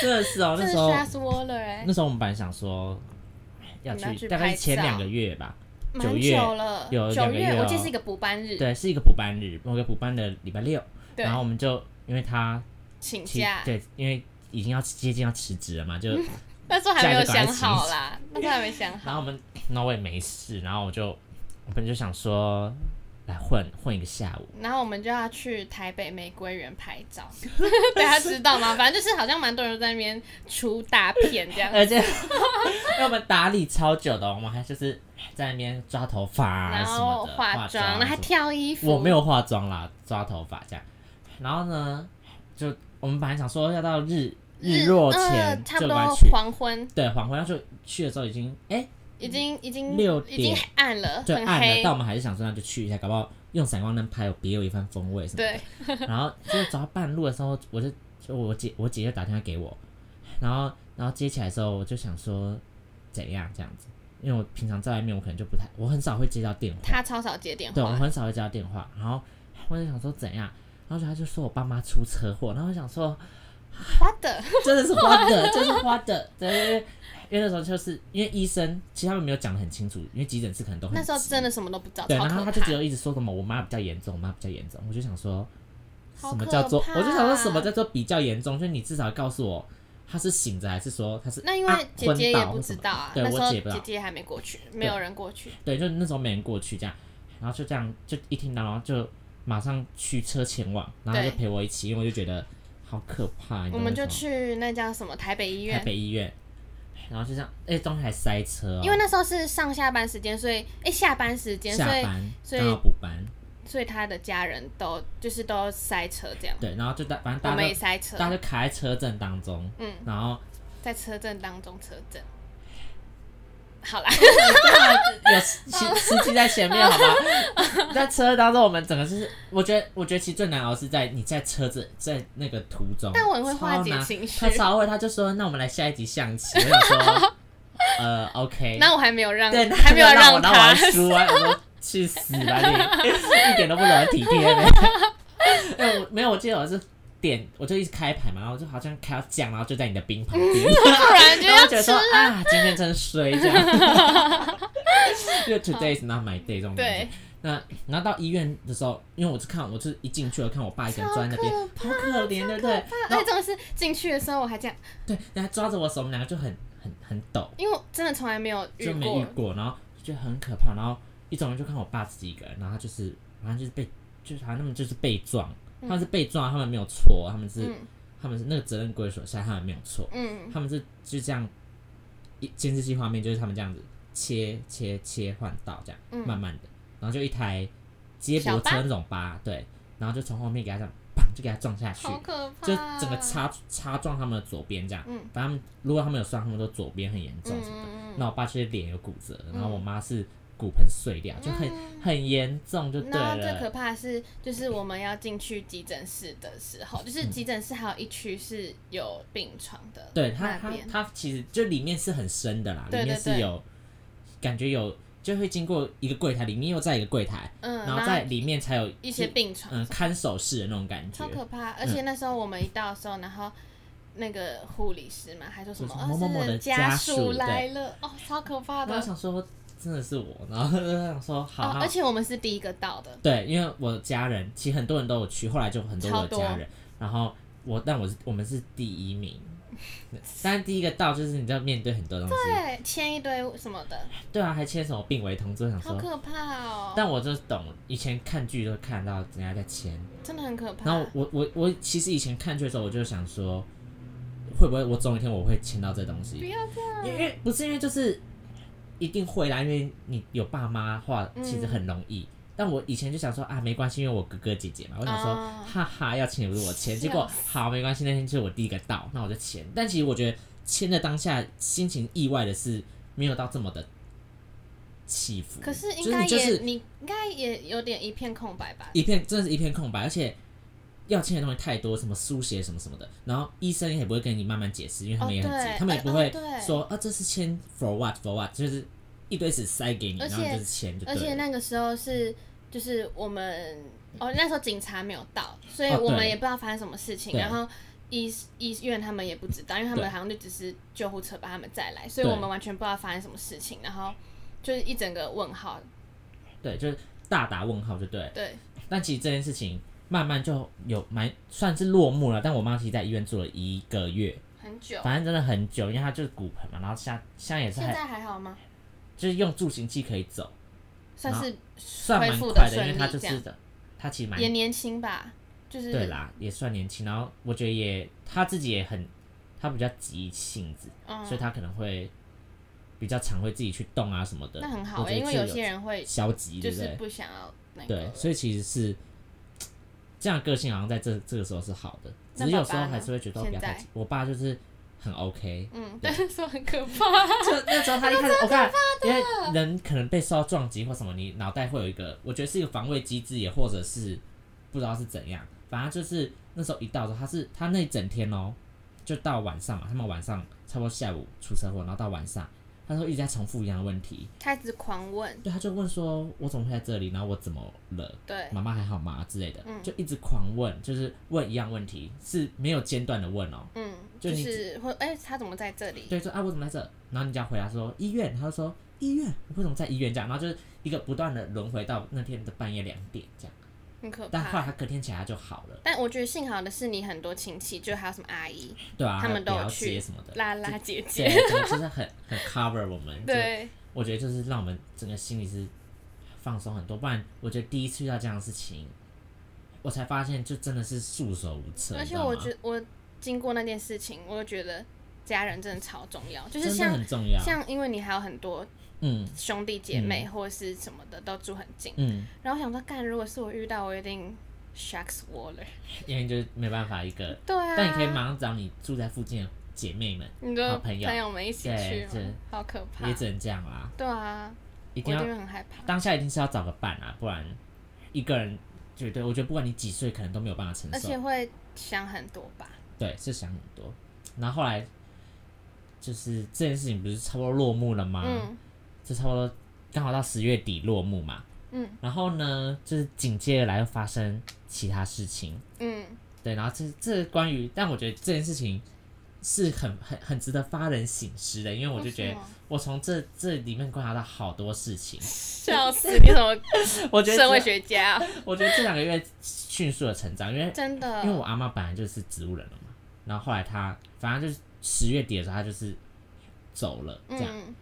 Speaker 1: 真的是哦，
Speaker 2: *laughs* 真
Speaker 1: 那
Speaker 2: 的
Speaker 1: 时候
Speaker 2: Sharks Waller 哎
Speaker 1: 那，时候我们本来想说要
Speaker 2: 你们要
Speaker 1: 去，
Speaker 2: 去
Speaker 1: 大概
Speaker 2: 拍
Speaker 1: 是前
Speaker 2: 照
Speaker 1: 两个月吧，
Speaker 2: 蛮
Speaker 1: 九月
Speaker 2: 久了，
Speaker 1: 有
Speaker 2: 九
Speaker 1: 两个
Speaker 2: 月
Speaker 1: 月
Speaker 2: 我记
Speaker 1: 哦
Speaker 2: 得是一个补班日，
Speaker 1: 对，是一个补班日，某个补班的礼拜六，
Speaker 2: 对
Speaker 1: 然后我们就因为他
Speaker 2: 请
Speaker 1: 其
Speaker 2: 假，嗯
Speaker 1: 对，因为已经要接近要辞职了嘛，就
Speaker 2: 那时候还没有想
Speaker 1: *laughs*
Speaker 2: 好啦，那时候还没想
Speaker 1: 然
Speaker 2: 好。
Speaker 1: 后我们，然后我也没事，然后我就，我们就想说，来混混一个下午。
Speaker 2: 然后我们就要去台北玫瑰园拍
Speaker 1: *laughs*
Speaker 2: 照，大家知道吗？反正就是好像蛮多人在那边出大片这样。
Speaker 1: 而且，因 *laughs* 为我们打理超久的，我们还就是在那边抓头发啊
Speaker 2: 然
Speaker 1: 什
Speaker 2: 后
Speaker 1: 么的，
Speaker 2: 化
Speaker 1: 化
Speaker 2: 妆，然后
Speaker 1: 什
Speaker 2: 还
Speaker 1: 么
Speaker 2: 挑衣服。
Speaker 1: 我没有化妆啦，抓头发这样。然后呢，就我们本来想说要到日日落前
Speaker 2: 嗯差不
Speaker 1: 就
Speaker 2: 多
Speaker 1: 赶快去，
Speaker 2: 黄昏，
Speaker 1: 对，黄昏要去去的时候已经哎、
Speaker 2: 已经已经
Speaker 1: 六
Speaker 2: 已经
Speaker 1: 点
Speaker 2: 暗了，
Speaker 1: 就
Speaker 2: 很
Speaker 1: 暗了，
Speaker 2: 黑
Speaker 1: 但。我们还是想说那就去一下，搞不好用闪光灯拍有别有一番风味什么的。
Speaker 2: 对，
Speaker 1: 然后就是走到半路的时候，我就就我姐我姐就打电话给我，然后然后接起来的时候，我就想说怎样这样子，因为我平常在外面我可能就不太，我很少会接到电话，
Speaker 2: 他超少接电
Speaker 1: 对我
Speaker 2: 话，
Speaker 1: 很少会接到电话，然后我就想说怎样，然后就他就说我爸妈出车祸，然后我
Speaker 2: *laughs*
Speaker 1: 想说
Speaker 2: 花的
Speaker 1: 真的是花的，真是花的，对对对。因为那时候就是因为医生，其实他们没有讲的很清楚，因为急诊室可能都很
Speaker 2: 那时候
Speaker 1: 急
Speaker 2: 真的什么都不知道，
Speaker 1: 对，
Speaker 2: 超
Speaker 1: 然
Speaker 2: 可
Speaker 1: 后
Speaker 2: 怕
Speaker 1: 他就。只有一直说什么我妈比较严重，我妈比较严重，我就想说，
Speaker 2: 好
Speaker 1: 什么
Speaker 2: 可
Speaker 1: 叫做？
Speaker 2: 怕
Speaker 1: 我就想说什么叫做比较严重？就是你至少告诉我，他是醒着还是说他是
Speaker 2: 那因
Speaker 1: 啊
Speaker 2: 为姐姐
Speaker 1: 昏
Speaker 2: 也
Speaker 1: 倒
Speaker 2: 不
Speaker 1: 或什
Speaker 2: 知
Speaker 1: 么
Speaker 2: 道啊，
Speaker 1: 对
Speaker 2: 那时
Speaker 1: 我
Speaker 2: 候
Speaker 1: 姐也不知
Speaker 2: 姐
Speaker 1: 道，
Speaker 2: 姐还没过去，没有人过去。
Speaker 1: 对，就那时候没人过去这样，然后就这样就一听到，然后就马上驱车前往，然后他就
Speaker 2: 对
Speaker 1: 陪我一起，因为我就觉得好可怕，你
Speaker 2: 我
Speaker 1: 懂
Speaker 2: 们
Speaker 1: 那
Speaker 2: 就
Speaker 1: 种
Speaker 2: 去那叫什么台北医
Speaker 1: 台
Speaker 2: 院，
Speaker 1: 北医院，然后就这样，哎，中间还塞车哦，
Speaker 2: 因为那时候是上下班时间，所以哎、下班时间，
Speaker 1: 下
Speaker 2: 所以
Speaker 1: 班
Speaker 2: 所以
Speaker 1: 刚好补班，
Speaker 2: 所以他的家人都就是都塞车这样，
Speaker 1: 对，然后就大反正
Speaker 2: 我
Speaker 1: 大
Speaker 2: 们
Speaker 1: 家
Speaker 2: 也
Speaker 1: 都
Speaker 2: 塞车，
Speaker 1: 大家就卡在车阵当中，
Speaker 2: 嗯，
Speaker 1: 然后。
Speaker 2: 在车阵当中车阵。好
Speaker 1: *laughs*
Speaker 2: 啦，*laughs*
Speaker 1: 有司司机在前面，好吧？ *laughs* 在车当中，我们整个就是，我觉得，我觉得其实最难熬是在你在车子在那个途中。
Speaker 2: 但我很会化解
Speaker 1: 超难
Speaker 2: 情绪 *laughs*
Speaker 1: 他超会，他就说：“那我们来下一集象棋。”我想说，呃，OK，
Speaker 2: 那我还没有让，
Speaker 1: 对，那
Speaker 2: 还没有
Speaker 1: 让我那我
Speaker 2: 他
Speaker 1: 还，
Speaker 2: *laughs*
Speaker 1: 输啊！我说去死吧你，一点都不懂得体
Speaker 2: *laughs*
Speaker 1: 贴呢。哎我没有，我记得我是点，我就一直开牌嘛，然后就好像开到酱，然后就在你的冰旁边，
Speaker 2: 不然就
Speaker 1: 然后
Speaker 2: 要
Speaker 1: 我觉得
Speaker 2: 吃
Speaker 1: 说。啊，今天真衰这样。 *laughs* 因为 today is not my day 这种感觉
Speaker 2: 对。，
Speaker 1: 那然后到医院的时候，因为我是看，我是一进去，我看我爸一个人坐在那边，好可怜，对不对？然
Speaker 2: 那
Speaker 1: 后
Speaker 2: 真的哎是进去的时候我还这样，
Speaker 1: 对，然后他抓着我手，我们两个就很很很抖，
Speaker 2: 因为我真的从来没有遇
Speaker 1: 就没遇
Speaker 2: 过，
Speaker 1: 过，然后就觉得很可怕。然后一走人就看我爸自己一个人，然后他就是反正就是被，就是好像他们就是被撞，他们是被撞，他们没有错，他们是、
Speaker 2: 嗯
Speaker 1: 他们是那个责任归属下，他们没有错，
Speaker 2: 嗯，
Speaker 1: 他们是就这样一监视器画面就是他们这样子切切切换到这样、
Speaker 2: 嗯
Speaker 1: 慢慢的，然后就一台接驳
Speaker 2: 小巴
Speaker 1: 车那种吧，对，然后就从后面给他这样，砰就给他撞下去，
Speaker 2: 好可怕，
Speaker 1: 就整个插插撞他们的左边这样，
Speaker 2: 嗯
Speaker 1: 反正他们如果他们有伤，他们都左边很严重
Speaker 2: 嗯
Speaker 1: 什么的。
Speaker 2: 嗯嗯
Speaker 1: 那我爸就是脸有骨折，然后
Speaker 2: 嗯
Speaker 1: 我妈是骨盆碎掉，就很
Speaker 2: 嗯
Speaker 1: 很严重就对
Speaker 2: 然嗯后最可
Speaker 1: 了。
Speaker 2: 怕的是，就是我们要进去急诊室的时候，就是急诊室还有一区是有病床的，
Speaker 1: 对他
Speaker 2: 那
Speaker 1: 他
Speaker 2: 边，
Speaker 1: 他其实就里面是很深的啦，
Speaker 2: 对
Speaker 1: 里面
Speaker 2: 对对
Speaker 1: 是有感觉有就会经过一个柜台，里面又在一个柜台，
Speaker 2: 嗯，
Speaker 1: 然后在里面才有
Speaker 2: 一些病床，
Speaker 1: 嗯看守室的那种感觉
Speaker 2: 超。可怕。而且那时候我们一到的时候，然后那个护理师嘛，还说什么
Speaker 1: 就
Speaker 2: 哦
Speaker 1: 是，某某某
Speaker 2: 这
Speaker 1: 的
Speaker 2: 个
Speaker 1: 家
Speaker 2: 家
Speaker 1: 属
Speaker 2: 属来了，哦，超可怕
Speaker 1: 然后
Speaker 2: 的
Speaker 1: 我。想说真的是我，然后就想说好，
Speaker 2: 哦，
Speaker 1: 那
Speaker 2: 而且我们是第一个到的，
Speaker 1: 对，因为我的家人其实很多人都有去，后来就很多我的
Speaker 2: 超多
Speaker 1: 家人，然后我但我是我们是第
Speaker 2: *laughs*
Speaker 1: 一名，但是第一个到就是你知道面对很多东西，
Speaker 2: 对，签一堆什么的，
Speaker 1: 对啊，还签什么病危通知，我想
Speaker 2: 好
Speaker 1: 说，
Speaker 2: 可怕哦，
Speaker 1: 但我就懂以前看剧都看到人家在签，
Speaker 2: 真的很可怕。
Speaker 1: 然后我我我其实以前看剧的时候我就想说，会不会我总有一天我会签到这东
Speaker 2: 不
Speaker 1: 西，
Speaker 2: 要这样，
Speaker 1: 因为不是因为就是一定会啦，因为你有爸妈的话，
Speaker 2: 嗯
Speaker 1: 其实很容易。但我以前就想说啊，没关系，因为我哥哥姐姐嘛，我想说、
Speaker 2: 啊
Speaker 1: 哈哈，要签也不是我签，
Speaker 2: 笑
Speaker 1: 结果好没关系，那天就是我第一个到，那我就签。但其实我觉得签的当下心情意外的是没有到这么的起伏，
Speaker 2: 可是
Speaker 1: 就
Speaker 2: 应
Speaker 1: 是
Speaker 2: 该
Speaker 1: 你就
Speaker 2: 也
Speaker 1: 是
Speaker 2: 你应该也有点一片空白吧？
Speaker 1: 一片真的是一片空白，而且要签的东西太多，什么书写什么什么的，然后医生也不会跟你慢慢解释，因为他们也很
Speaker 2: 哦
Speaker 1: 急，
Speaker 2: 对
Speaker 1: 他们也不
Speaker 2: 哎
Speaker 1: 会
Speaker 2: 哦对
Speaker 1: 说啊这是签 for what for what，就是一堆纸塞给你，
Speaker 2: 而
Speaker 1: 然
Speaker 2: 且
Speaker 1: 后你就是签就
Speaker 2: 而
Speaker 1: 对
Speaker 2: 且
Speaker 1: 了。
Speaker 2: 那个时候是就是我们哦，那时候警察没有到，所以
Speaker 1: 哦
Speaker 2: 我们
Speaker 1: 对
Speaker 2: 也不知道发生什么事情，
Speaker 1: 对
Speaker 2: 然后。医医院他们也不知道，因为他们
Speaker 1: 对
Speaker 2: 好像就只是救护车把他们载来，所以
Speaker 1: 对
Speaker 2: 我们完全不知道发生什么事情，然后就是一整个问号。
Speaker 1: 对，就是大打问号就对了。
Speaker 2: 对，
Speaker 1: 但其实这件事情慢慢就有蛮算是落幕了，但我妈其实在医院住了一个月，
Speaker 2: 很久。
Speaker 1: 反正真的很久，因为她就是骨盆嘛，然后现在现在也是
Speaker 2: 现
Speaker 1: 还
Speaker 2: 在还好吗？
Speaker 1: 就是用助行器可以走，
Speaker 2: 算是
Speaker 1: 算蛮
Speaker 2: 恢复得
Speaker 1: 快的，
Speaker 2: 顺
Speaker 1: 因为她
Speaker 2: 利
Speaker 1: 就
Speaker 2: 这
Speaker 1: 是的，她其实蛮
Speaker 2: 也年轻吧，就是
Speaker 1: 对啦，也算年轻。然后我觉得也他自己也很，他比较急性子，
Speaker 2: 嗯
Speaker 1: 所以他可能会比较常会自己去动啊什么的。
Speaker 2: 那很好
Speaker 1: 我
Speaker 2: 欸、
Speaker 1: 觉得
Speaker 2: 因为
Speaker 1: 这
Speaker 2: 有些人会
Speaker 1: 消极，
Speaker 2: 就
Speaker 1: 对不
Speaker 2: 是
Speaker 1: 对？
Speaker 2: 不想要那
Speaker 1: 对
Speaker 2: 个，。
Speaker 1: 所以其实是这样的个性，好像在这这个时候是好的，只
Speaker 2: 那
Speaker 1: 是有
Speaker 2: 爸
Speaker 1: 时
Speaker 2: 爸
Speaker 1: 候
Speaker 2: 呢
Speaker 1: 还是会觉得不要
Speaker 2: 现
Speaker 1: 太
Speaker 2: 在
Speaker 1: 急。我爸就是很 OK，
Speaker 2: 嗯，但是说很可怕。 *laughs*
Speaker 1: *laughs* 就那时候他一开始，我看，因为人可能被受到撞击或什么，你脑袋会有一个，我觉得是一个防卫机制，也或者是不知道是怎样，反正就是那时候一到的时候，他是他那一整天哦，就到晚上嘛，他们晚上差不多下午出车祸，然后到晚上，他说一直在重复一样的问题，
Speaker 2: 他一直狂问，
Speaker 1: 对，他就问说，我怎么会在这里？然后我怎么了？
Speaker 2: 对，
Speaker 1: 妈妈还好吗？之类的，
Speaker 2: 嗯
Speaker 1: 就一直狂问，就是问一样问题，是没有间断的问哦。
Speaker 2: 嗯，
Speaker 1: 就
Speaker 2: 就
Speaker 1: 你
Speaker 2: 是会，哎、他怎么在这里？
Speaker 1: 对，说啊，我怎么在这？然后你就要回答说医院，他就说医院，我为什么在医院这样？然后就是一个不断的轮回到那天的半夜两点这样。
Speaker 2: 很可
Speaker 1: 但后
Speaker 2: 怕。
Speaker 1: 来他隔天起来他就好了，
Speaker 2: 但我觉得幸好的是，你很多亲戚，就还有什么阿姨、
Speaker 1: 对啊，
Speaker 2: 嗯他们都有
Speaker 1: 了
Speaker 2: 去
Speaker 1: 解什么的，
Speaker 2: 拉拉姐
Speaker 1: 对，
Speaker 2: 姐，
Speaker 1: 真的就是很很 cover 我们。，
Speaker 2: 对，
Speaker 1: 我觉得就是让我们整个心里是放松很多，不然我觉得第一次遇到这样的事情，我才发现就真的是束手无策，
Speaker 2: 而
Speaker 1: 你知
Speaker 2: 且
Speaker 1: 道吗
Speaker 2: 我觉我经过那件事情，我就觉得家人真的超重要，就是
Speaker 1: 真的
Speaker 2: 像
Speaker 1: 很重要，
Speaker 2: 像因为你还有很多
Speaker 1: 嗯
Speaker 2: 兄弟姐妹或者是什么的都住很近，
Speaker 1: 嗯，
Speaker 2: 然后我想说，干，如果是我遇到，我一定 shocks water。
Speaker 1: 因为就是没办法一个，
Speaker 2: 对啊，
Speaker 1: 但你可以马上找你住在附近的姐妹们，
Speaker 2: 你的
Speaker 1: 好朋友
Speaker 2: 啊朋友们一起去
Speaker 1: 对
Speaker 2: 吗
Speaker 1: 这，
Speaker 2: 好可怕
Speaker 1: 也。只能这样啦。
Speaker 2: 对啊，
Speaker 1: 一
Speaker 2: 我
Speaker 1: 定
Speaker 2: 就
Speaker 1: 要
Speaker 2: 会很害怕。
Speaker 1: 当下一定是要找个伴啊，不然一个人绝对，我觉得不管你几岁，可能都没有办法承
Speaker 2: 而
Speaker 1: 受
Speaker 2: 且。会想很多吧。
Speaker 1: 对，是想很多。然后后来就是这件事情不是差不多落幕了吗？
Speaker 2: 嗯
Speaker 1: 就差不多刚好到十月底落幕嘛。
Speaker 2: 嗯。
Speaker 1: 然后呢，就是紧接着来又发生其他事情， *laughs*
Speaker 2: 嗯，
Speaker 1: 对。然后这这关于，但我觉得这件事情是很很很值得发人省思的，因为我就觉
Speaker 2: 为
Speaker 1: 得
Speaker 2: 什么
Speaker 1: 我从这这里面观察到好多
Speaker 2: *laughs*
Speaker 1: 事情。
Speaker 2: 笑死，你怎么
Speaker 1: 我觉得
Speaker 2: 社会
Speaker 1: 这
Speaker 2: 学家
Speaker 1: *laughs*
Speaker 2: 哦？
Speaker 1: 我觉得这两个月迅速的成长，因为
Speaker 2: 真的，
Speaker 1: 因为我阿妈本来就是植物人了嘛，然后后来她反正就是十月底的时候她就是走了，这样。
Speaker 2: 嗯，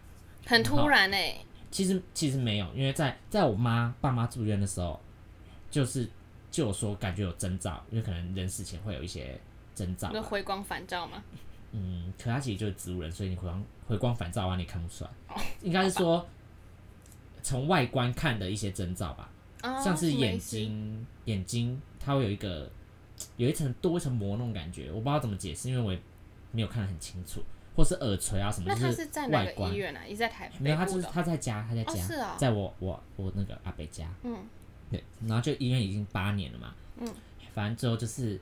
Speaker 2: 很突然哎、
Speaker 1: 其实其实没有，因为在在我妈爸妈住院的时候，就是就有说感觉有征兆，因为可能人死前会有一些征兆
Speaker 2: 那
Speaker 1: 吧。
Speaker 2: 回光返照嘛，
Speaker 1: 嗯，可她其实就是植物人，所以你回光回光返照啊，你看不出
Speaker 2: *laughs*
Speaker 1: 来。应该是说从外观看的一些征兆吧。
Speaker 2: 哦
Speaker 1: 像是
Speaker 2: 什么
Speaker 1: 眼
Speaker 2: 意思
Speaker 1: 睛，眼睛它会有一个有一层多一层膜那种感觉，我不知道怎么解释，因为我也没有看得很清楚，或是耳垂啊什么，
Speaker 2: 那他
Speaker 1: 就是
Speaker 2: 在哪
Speaker 1: 外
Speaker 2: 个
Speaker 1: 观
Speaker 2: 医。院啊？也在台北
Speaker 1: 没有，他
Speaker 2: 部
Speaker 1: 就是
Speaker 2: 的哦
Speaker 1: 他在家，他在家，
Speaker 2: 哦是哦
Speaker 1: 在我我我那个阿北家，
Speaker 2: 嗯
Speaker 1: 对，然后就医院已经八年了嘛，
Speaker 2: 嗯，
Speaker 1: 反正之后就是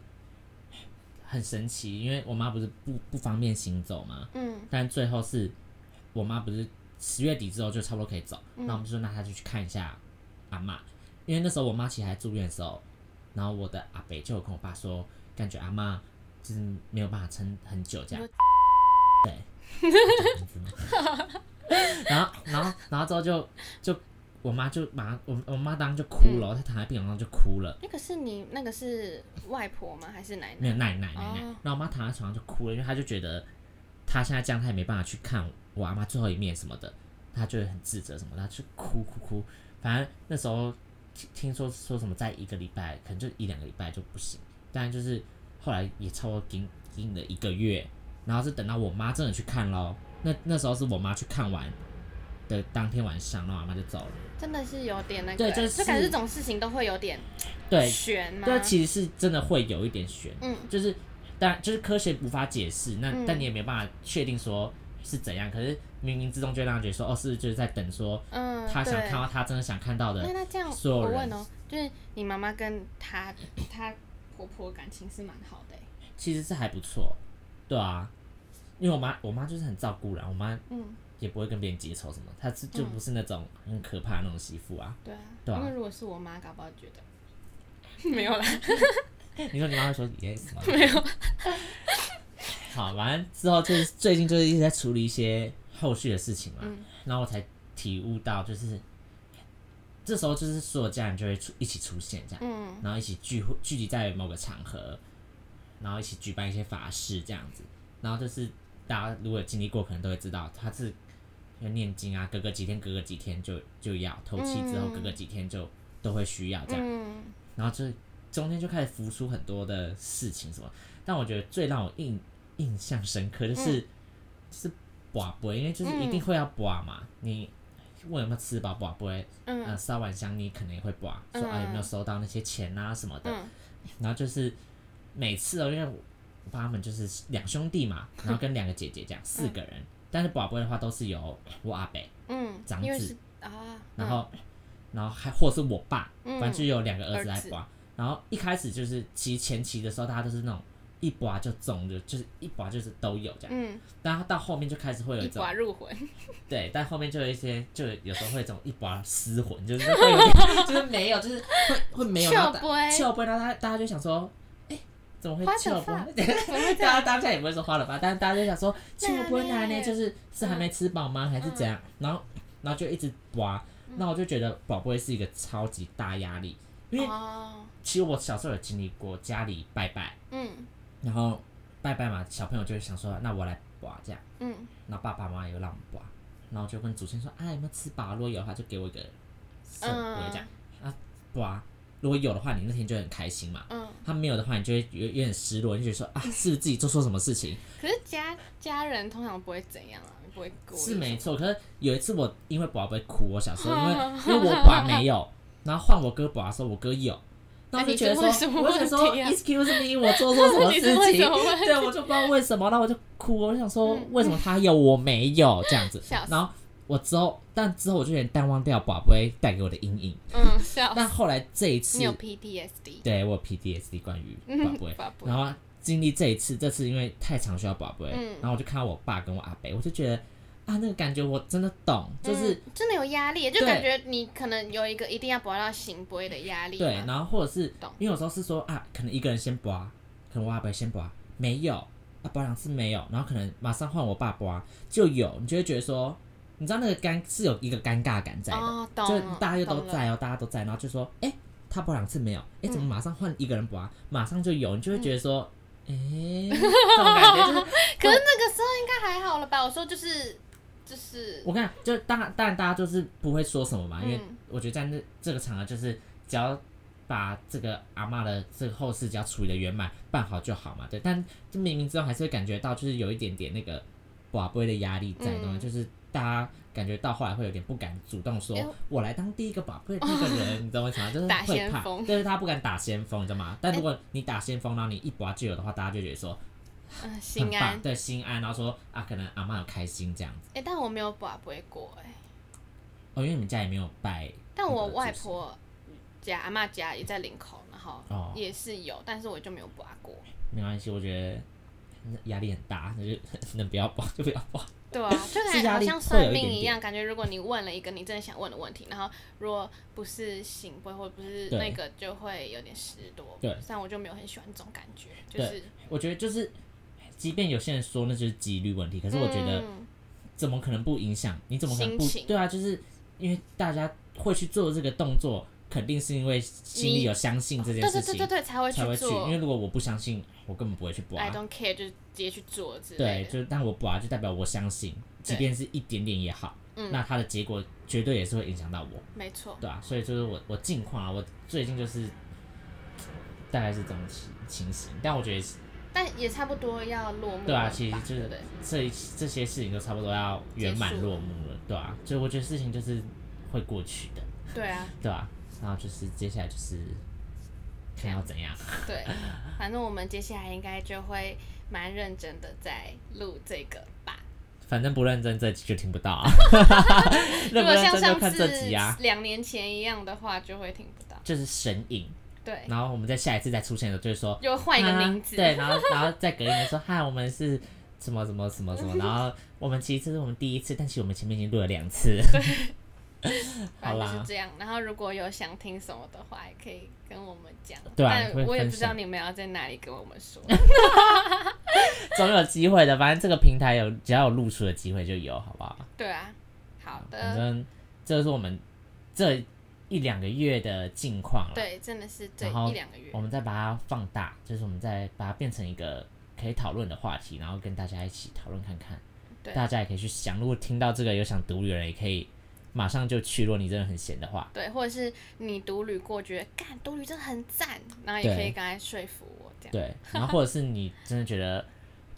Speaker 1: 很神奇，因为我妈不是不不方便行走嘛，
Speaker 2: 嗯
Speaker 1: 但最后是我妈不是十月底之后就差不多可以走，那、我们就说那她就去看一下阿嬷，因为那时候我妈其实还住院的时候，然后我的阿北就有跟我爸说，感觉阿嬷就是没有办法撑很久这样
Speaker 2: 你，
Speaker 1: 对， *laughs* 然后然后然后之后就就我妈就马上我我妈当时就哭了，她躺在病床上就哭了。
Speaker 2: 那个是你那个是外婆吗？还是奶奶？
Speaker 1: 没有奶奶奶奶
Speaker 2: 哦，
Speaker 1: 然后我妈躺在床上就哭了，因为她就觉得她现在这样，她也没办法去看我阿妈最后一面什么的，她就会很自责什么的，她就哭哭哭。反正那时候听听说说什么，在一个礼拜，可能就一两个礼拜就不行，但就是后来也超过顶顶了一个月，然后是等到我妈真的去看咯，那那时候是我妈去看完的当天晚上，然后我妈就走了。
Speaker 2: 真的是有点那个，
Speaker 1: 对就是
Speaker 2: 感觉这种事情都会有点
Speaker 1: 对，
Speaker 2: 悬嘛。
Speaker 1: 但其实是真的会有一点悬，
Speaker 2: 嗯
Speaker 1: 就是但就是科学无法解释，那、
Speaker 2: 嗯
Speaker 1: 但你也没办法确定说是怎样，可是冥冥之中就会让人觉得说，哦，是不是就是在等说
Speaker 2: 嗯，
Speaker 1: 他想
Speaker 2: 对
Speaker 1: 看到他真的想看到的，
Speaker 2: 那那这样，
Speaker 1: 所有
Speaker 2: 我
Speaker 1: 人
Speaker 2: 问哦，就是你妈妈跟她她婆婆感情是蛮好的欸，
Speaker 1: 其实是还不错，对啊，因为我妈我妈就是很照顾人，我妈
Speaker 2: 嗯，
Speaker 1: 也不会跟别人结仇什么，她是就不是那种很可怕的那种媳妇
Speaker 2: *laughs*
Speaker 1: 啊。
Speaker 2: 对啊，
Speaker 1: 对啊
Speaker 2: 因为如果是我妈，搞不好 *laughs* 觉得没有啦，
Speaker 1: 你说你妈会说 yes 吗？没有。好，完了之后就是最近就是一直在处理一些后续的事情嘛，
Speaker 2: 嗯
Speaker 1: 然后我才体悟到，就是这时候就是所有家人就会出一起出现这样，
Speaker 2: 嗯
Speaker 1: 然后一起聚会聚集在某个场合，然后一起举办一些法事这样子，然后就是大家如果有经历过，可能都会知道他是。要念经啊，隔个几天，隔个几天就就要头七之后，
Speaker 2: 嗯
Speaker 1: 隔个几天就都会需要这样。
Speaker 2: 嗯，
Speaker 1: 然后就中间就开始浮出很多的事情什么。但我觉得最让我印印象深刻就是、
Speaker 2: 嗯
Speaker 1: 就是卜卜，因为就是一定会要卜嘛，你问有没有吃饱卜卜，
Speaker 2: 嗯
Speaker 1: 呃，烧完香你可能也会卜，说啊有没有收到那些钱啊什么的。
Speaker 2: 嗯
Speaker 1: 然后就是每次哦，因为我爸他们就是两兄弟
Speaker 2: *laughs*
Speaker 1: 嘛，然后跟两个姐姐这样、四个人，但是卜卜的话都是由我阿伯，
Speaker 2: 嗯，
Speaker 1: 长
Speaker 2: 因为
Speaker 1: 子
Speaker 2: 是啊，
Speaker 1: 然后、然后还或是我爸，
Speaker 2: 嗯
Speaker 1: 反正就有两个儿
Speaker 2: 儿
Speaker 1: 子来
Speaker 2: 子
Speaker 1: 刮。然后一开始就是其实前期的时候，大家都是那种一刮就中，就就是一刮就是都有这样。
Speaker 2: 嗯，
Speaker 1: 但他到后面就开始会有
Speaker 2: 一
Speaker 1: 一种
Speaker 2: 寡入魂，
Speaker 1: 对，但后面就有一些就有时候会有一种一刮失魂，就是会有点 *laughs* 就是没有，就是会
Speaker 2: *laughs*
Speaker 1: 会没有，然后大
Speaker 2: 笑杯
Speaker 1: 笑杯，然后大家大家就想说，哎、怎么会
Speaker 2: What the
Speaker 1: 笑杯？ *laughs*
Speaker 2: 怎么会这
Speaker 1: 大家
Speaker 2: 样？
Speaker 1: 当下也不会说花了吧，但是大家就想说
Speaker 2: 对
Speaker 1: 吃
Speaker 2: 啊
Speaker 1: 不会
Speaker 2: 对
Speaker 1: 来
Speaker 2: 嗯
Speaker 1: 呢，
Speaker 2: 啊
Speaker 1: 就是是还没吃饱吗？还是怎样？然后然后就一直挖，
Speaker 2: 嗯
Speaker 1: 那我就觉得宝贝是一个超级大压力，因为
Speaker 2: 哦，
Speaker 1: 其实我小时候有经历过家里拜拜，
Speaker 2: 嗯
Speaker 1: 然后拜拜嘛，小朋友就会想说，那我来挖这样，
Speaker 2: 嗯
Speaker 1: 然后爸爸妈妈又让我挖，然后就问祖先说，啊有没有吃饱？如果有的话，就给我一个圣
Speaker 2: 嗯
Speaker 1: 杯这样啊挖，如果有的话，你那天就会很开心嘛。
Speaker 2: 嗯，
Speaker 1: 他没有的话，你就会有有点失落，你就觉得 *laughs* 说啊，是不是自己做错什么事情？
Speaker 2: 可是家家人通常不会怎样啊，不会故意
Speaker 1: 是没错，可是有一次我因为宝贝哭，我小
Speaker 2: *laughs*
Speaker 1: 时候因为因为我爸没有，然后换我哥宝的时候，我哥有，那我就觉得说，
Speaker 2: 哎那你是
Speaker 1: 我
Speaker 2: 为
Speaker 1: 就想
Speaker 2: 什
Speaker 1: 说
Speaker 2: 么问题啊
Speaker 1: ，excuse me，我做错什
Speaker 2: *laughs*
Speaker 1: 么
Speaker 2: 你
Speaker 1: 事
Speaker 2: 是为
Speaker 1: 情
Speaker 2: 什么问？
Speaker 1: 对，我就不知道为什么，那我就哭，我就想说
Speaker 2: 嗯，
Speaker 1: 为什么他有我没有这样子
Speaker 2: 笑？死
Speaker 1: 然后我之后，但之后我就有点淡忘掉宝贝带给我的阴影。
Speaker 2: 嗯，笑死，
Speaker 1: 但后来这一次
Speaker 2: 你，有 PTSD，
Speaker 1: 对我有 PTSD 关于宝
Speaker 2: 嗯 *laughs*
Speaker 1: 贝，
Speaker 2: 宝贝
Speaker 1: 然后经历这一次，这次因为太常需要宝贝，
Speaker 2: 嗯
Speaker 1: 然后我就看到我爸跟我阿伯，我就觉得啊，那个感觉我真的懂，就是、
Speaker 2: 嗯真的有压力，就
Speaker 1: 对
Speaker 2: 感觉你可能有一个一定要博到行杯的压力嘛。
Speaker 1: 对，然后或者是
Speaker 2: 懂
Speaker 1: 因为有时候是说啊，可能一个人先刮，可能我阿伯先刮，没有啊，刮两次没有，然后可能马上换我爸刮就有，你就会觉得说，你知道那个尴是有一个尴尬感在的，
Speaker 2: 哦，懂
Speaker 1: 就
Speaker 2: 了，
Speaker 1: 大家就都
Speaker 2: 懂了，嗯
Speaker 1: 在哦，大家都在，然后就说，哎、他播两次没有，哎、怎么马上换一个人播啊？马上就有，你就会觉得说，哎、这种感觉就是，
Speaker 2: 可是那个时候应该还好了吧？我说就是就是，
Speaker 1: 我看就当然当然大家就是不会说什么嘛，因为
Speaker 2: 嗯
Speaker 1: 我觉得在那这个场合就是只要。把这个阿嬷的这个后事只要处理的圆满，办好就好嘛。对，但就冥冥之中还是会感觉到，就是有一点点那个寡杯的压力在，
Speaker 2: 嗯
Speaker 1: 懂吗？就是大家感觉到后来会有点不敢主动说，
Speaker 2: 哎
Speaker 1: 我来当第一个宝贝的那个人，你懂我意思吗？就是
Speaker 2: 打
Speaker 1: 会
Speaker 2: 先
Speaker 1: 怕，
Speaker 2: 锋哎
Speaker 1: 但是他不敢打先锋，你知道吗？但如果你打先锋，然后你一拔就有的话，大家就觉得说
Speaker 2: 嗯，心
Speaker 1: 很棒，
Speaker 2: 安。
Speaker 1: 对，心安，然后说啊，可能阿嬷有开心这样子。
Speaker 2: 哎、但我没有拔不会过哎、
Speaker 1: 哦，因为你们家也没有拜那
Speaker 2: 但
Speaker 1: 个
Speaker 2: 我
Speaker 1: 祖
Speaker 2: 外
Speaker 1: 先
Speaker 2: 婆家、阿妈家也在林口，然后
Speaker 1: 哦
Speaker 2: 也是有，但是我就没有拔过。
Speaker 1: 没关系，我觉得压力很大，那就 *laughs* 能不要报就不要报。
Speaker 2: 对
Speaker 1: *laughs*
Speaker 2: 啊，就感
Speaker 1: 是
Speaker 2: 觉
Speaker 1: 压
Speaker 2: 好
Speaker 1: 力
Speaker 2: 像
Speaker 1: 会
Speaker 2: 算
Speaker 1: 有一
Speaker 2: 命
Speaker 1: 点
Speaker 2: 一样，感觉如果你问了一个你真的想问的问题，然后如果不是醒杯或不是
Speaker 1: 对
Speaker 2: 那个，就会有点失落。
Speaker 1: 对
Speaker 2: 但我就没有很喜欢这种感觉，就
Speaker 1: 对
Speaker 2: 是
Speaker 1: 我觉得就是，即便有些人说那就是几率问题，可是我觉得
Speaker 2: 嗯
Speaker 1: 怎么可能不影响？你怎么可能不
Speaker 2: 心情
Speaker 1: 对啊？就是因为大家会去做这个动作，肯定是因为心里
Speaker 2: 你
Speaker 1: 有相信这
Speaker 2: 对
Speaker 1: 件
Speaker 2: 对
Speaker 1: 事
Speaker 2: 对对
Speaker 1: 情
Speaker 2: 对，才会
Speaker 1: 才会去。因
Speaker 2: 做。
Speaker 1: 为如果我不相信，我根本不会去播、
Speaker 2: I
Speaker 1: 啊。
Speaker 2: don't care，就是直接去做之
Speaker 1: 对
Speaker 2: 类，的。
Speaker 1: 就是但我不啊，就代表我相信，即
Speaker 2: 对
Speaker 1: 便是一点点也好，
Speaker 2: 嗯
Speaker 1: 那它的结果绝对也是会影响到我，
Speaker 2: 没错，
Speaker 1: 对啊，所以就是我我近况啊，我最近就是大概是这种情情形，但我觉得
Speaker 2: 但也差不多要落幕
Speaker 1: 对啊，
Speaker 2: 了
Speaker 1: 其实
Speaker 2: 吧
Speaker 1: 就
Speaker 2: 对
Speaker 1: 是
Speaker 2: 不对
Speaker 1: 这一这些事情都差不多要圆满
Speaker 2: 结束
Speaker 1: 落幕了，对啊，所以我觉得事情就是会过去的，
Speaker 2: 对啊，
Speaker 1: 对啊，然后就是接下来就是看要怎样， *laughs*
Speaker 2: 对，反正我们接下来应该就会蛮认真的在录这个
Speaker 1: *laughs*
Speaker 2: 吧。
Speaker 1: 反正不认真这集就听不到啊，
Speaker 2: *laughs* 如
Speaker 1: 认不
Speaker 2: 果
Speaker 1: 认
Speaker 2: 像
Speaker 1: 真就
Speaker 2: 上
Speaker 1: 看
Speaker 2: 次
Speaker 1: 这集啊，
Speaker 2: 两年前一样的话，就会听不到。
Speaker 1: 就是神隐。
Speaker 2: 对，
Speaker 1: 然后我们在下一次再出现的时候，就是说
Speaker 2: 又换一个名字。
Speaker 1: 啊对，然后然后再隔一年说嗨，我们是什么什么什么
Speaker 2: *laughs*
Speaker 1: 什么，然后我们其实这是我们第一次，但其实我们前面已经录了两次， *laughs*
Speaker 2: 反正
Speaker 1: 好
Speaker 2: 就
Speaker 1: 啦
Speaker 2: 是这样。然后如果有想听什么的话，也可以跟我们讲。
Speaker 1: 对啊会
Speaker 2: 但我也
Speaker 1: 分
Speaker 2: 不知道
Speaker 1: 享
Speaker 2: 你们要在哪里跟我们
Speaker 1: *laughs*
Speaker 2: 说。
Speaker 1: 总有机会的。反正这个平台有只要有露出的机会就有，好不好？
Speaker 2: 对啊，好
Speaker 1: 反
Speaker 2: 的，
Speaker 1: 正这是我们这一两个月的近况了，
Speaker 2: 对，真的是这
Speaker 1: 然后
Speaker 2: 一两个月
Speaker 1: 我。们再把它放大，就是我们再把它变成一个可以讨论的话题，然后跟大家一起讨论看看。
Speaker 2: 对
Speaker 1: 大家也可以去想，如果听到这个有想独旅的人，也可以马上就去。如果你真的很闲的话，
Speaker 2: 对，或者是你独旅过，觉得干独旅真的很赞，然后也可
Speaker 1: 对
Speaker 2: 以刚才说服我这样。
Speaker 1: 对，然后或者是你真的觉得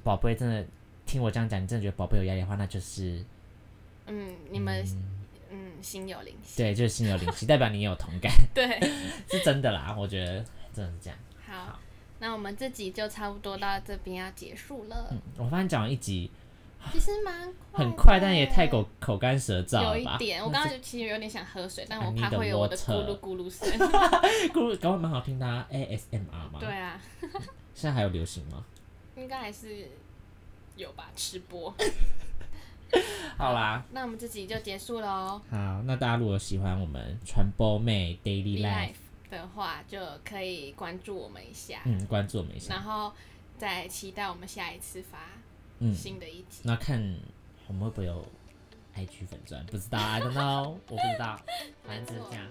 Speaker 1: 宝贝真的听我这样讲，你真的觉得宝贝有压力的话，那就是
Speaker 2: 嗯，你们嗯心有灵犀。
Speaker 1: 对，就是心有灵犀，代表你也有同感， *laughs*
Speaker 2: 对，
Speaker 1: 是真的啦。我觉得真的是这样。
Speaker 2: 好，那我们这集就差不多到这边要结束了。
Speaker 1: 嗯，我发现讲完一集
Speaker 2: 其实蛮快
Speaker 1: 很
Speaker 2: 的
Speaker 1: 快，但也太口口干舌燥
Speaker 2: 有
Speaker 1: 了
Speaker 2: 一
Speaker 1: 吧？
Speaker 2: 点，我刚
Speaker 1: *laughs*
Speaker 2: 刚其实有点想喝水，但我
Speaker 1: I
Speaker 2: 怕
Speaker 1: need the
Speaker 2: 会有我的咕
Speaker 1: water
Speaker 2: 噜咕噜
Speaker 1: *laughs*
Speaker 2: 声。
Speaker 1: 咕噜搞得蛮好听的、啊、ASMR 嘛。
Speaker 2: 对，啊，
Speaker 1: 现在还有流行吗？
Speaker 2: 应该还是有吧，吃
Speaker 1: *laughs*
Speaker 2: 播。
Speaker 1: 好啦，
Speaker 2: 那我们这集就结束了哦。
Speaker 1: 好，那大家如果喜欢我们传播妹 Daily Life，
Speaker 2: Life 的话，就可以关注我们一下，
Speaker 1: 嗯，关注我们一下
Speaker 2: 然。后再期待我们下一次发
Speaker 1: 嗯，
Speaker 2: 新的一集。
Speaker 1: 那看我们会不会有 IG 粉钻，不知道，I don't know，我不知道，反正就是这样。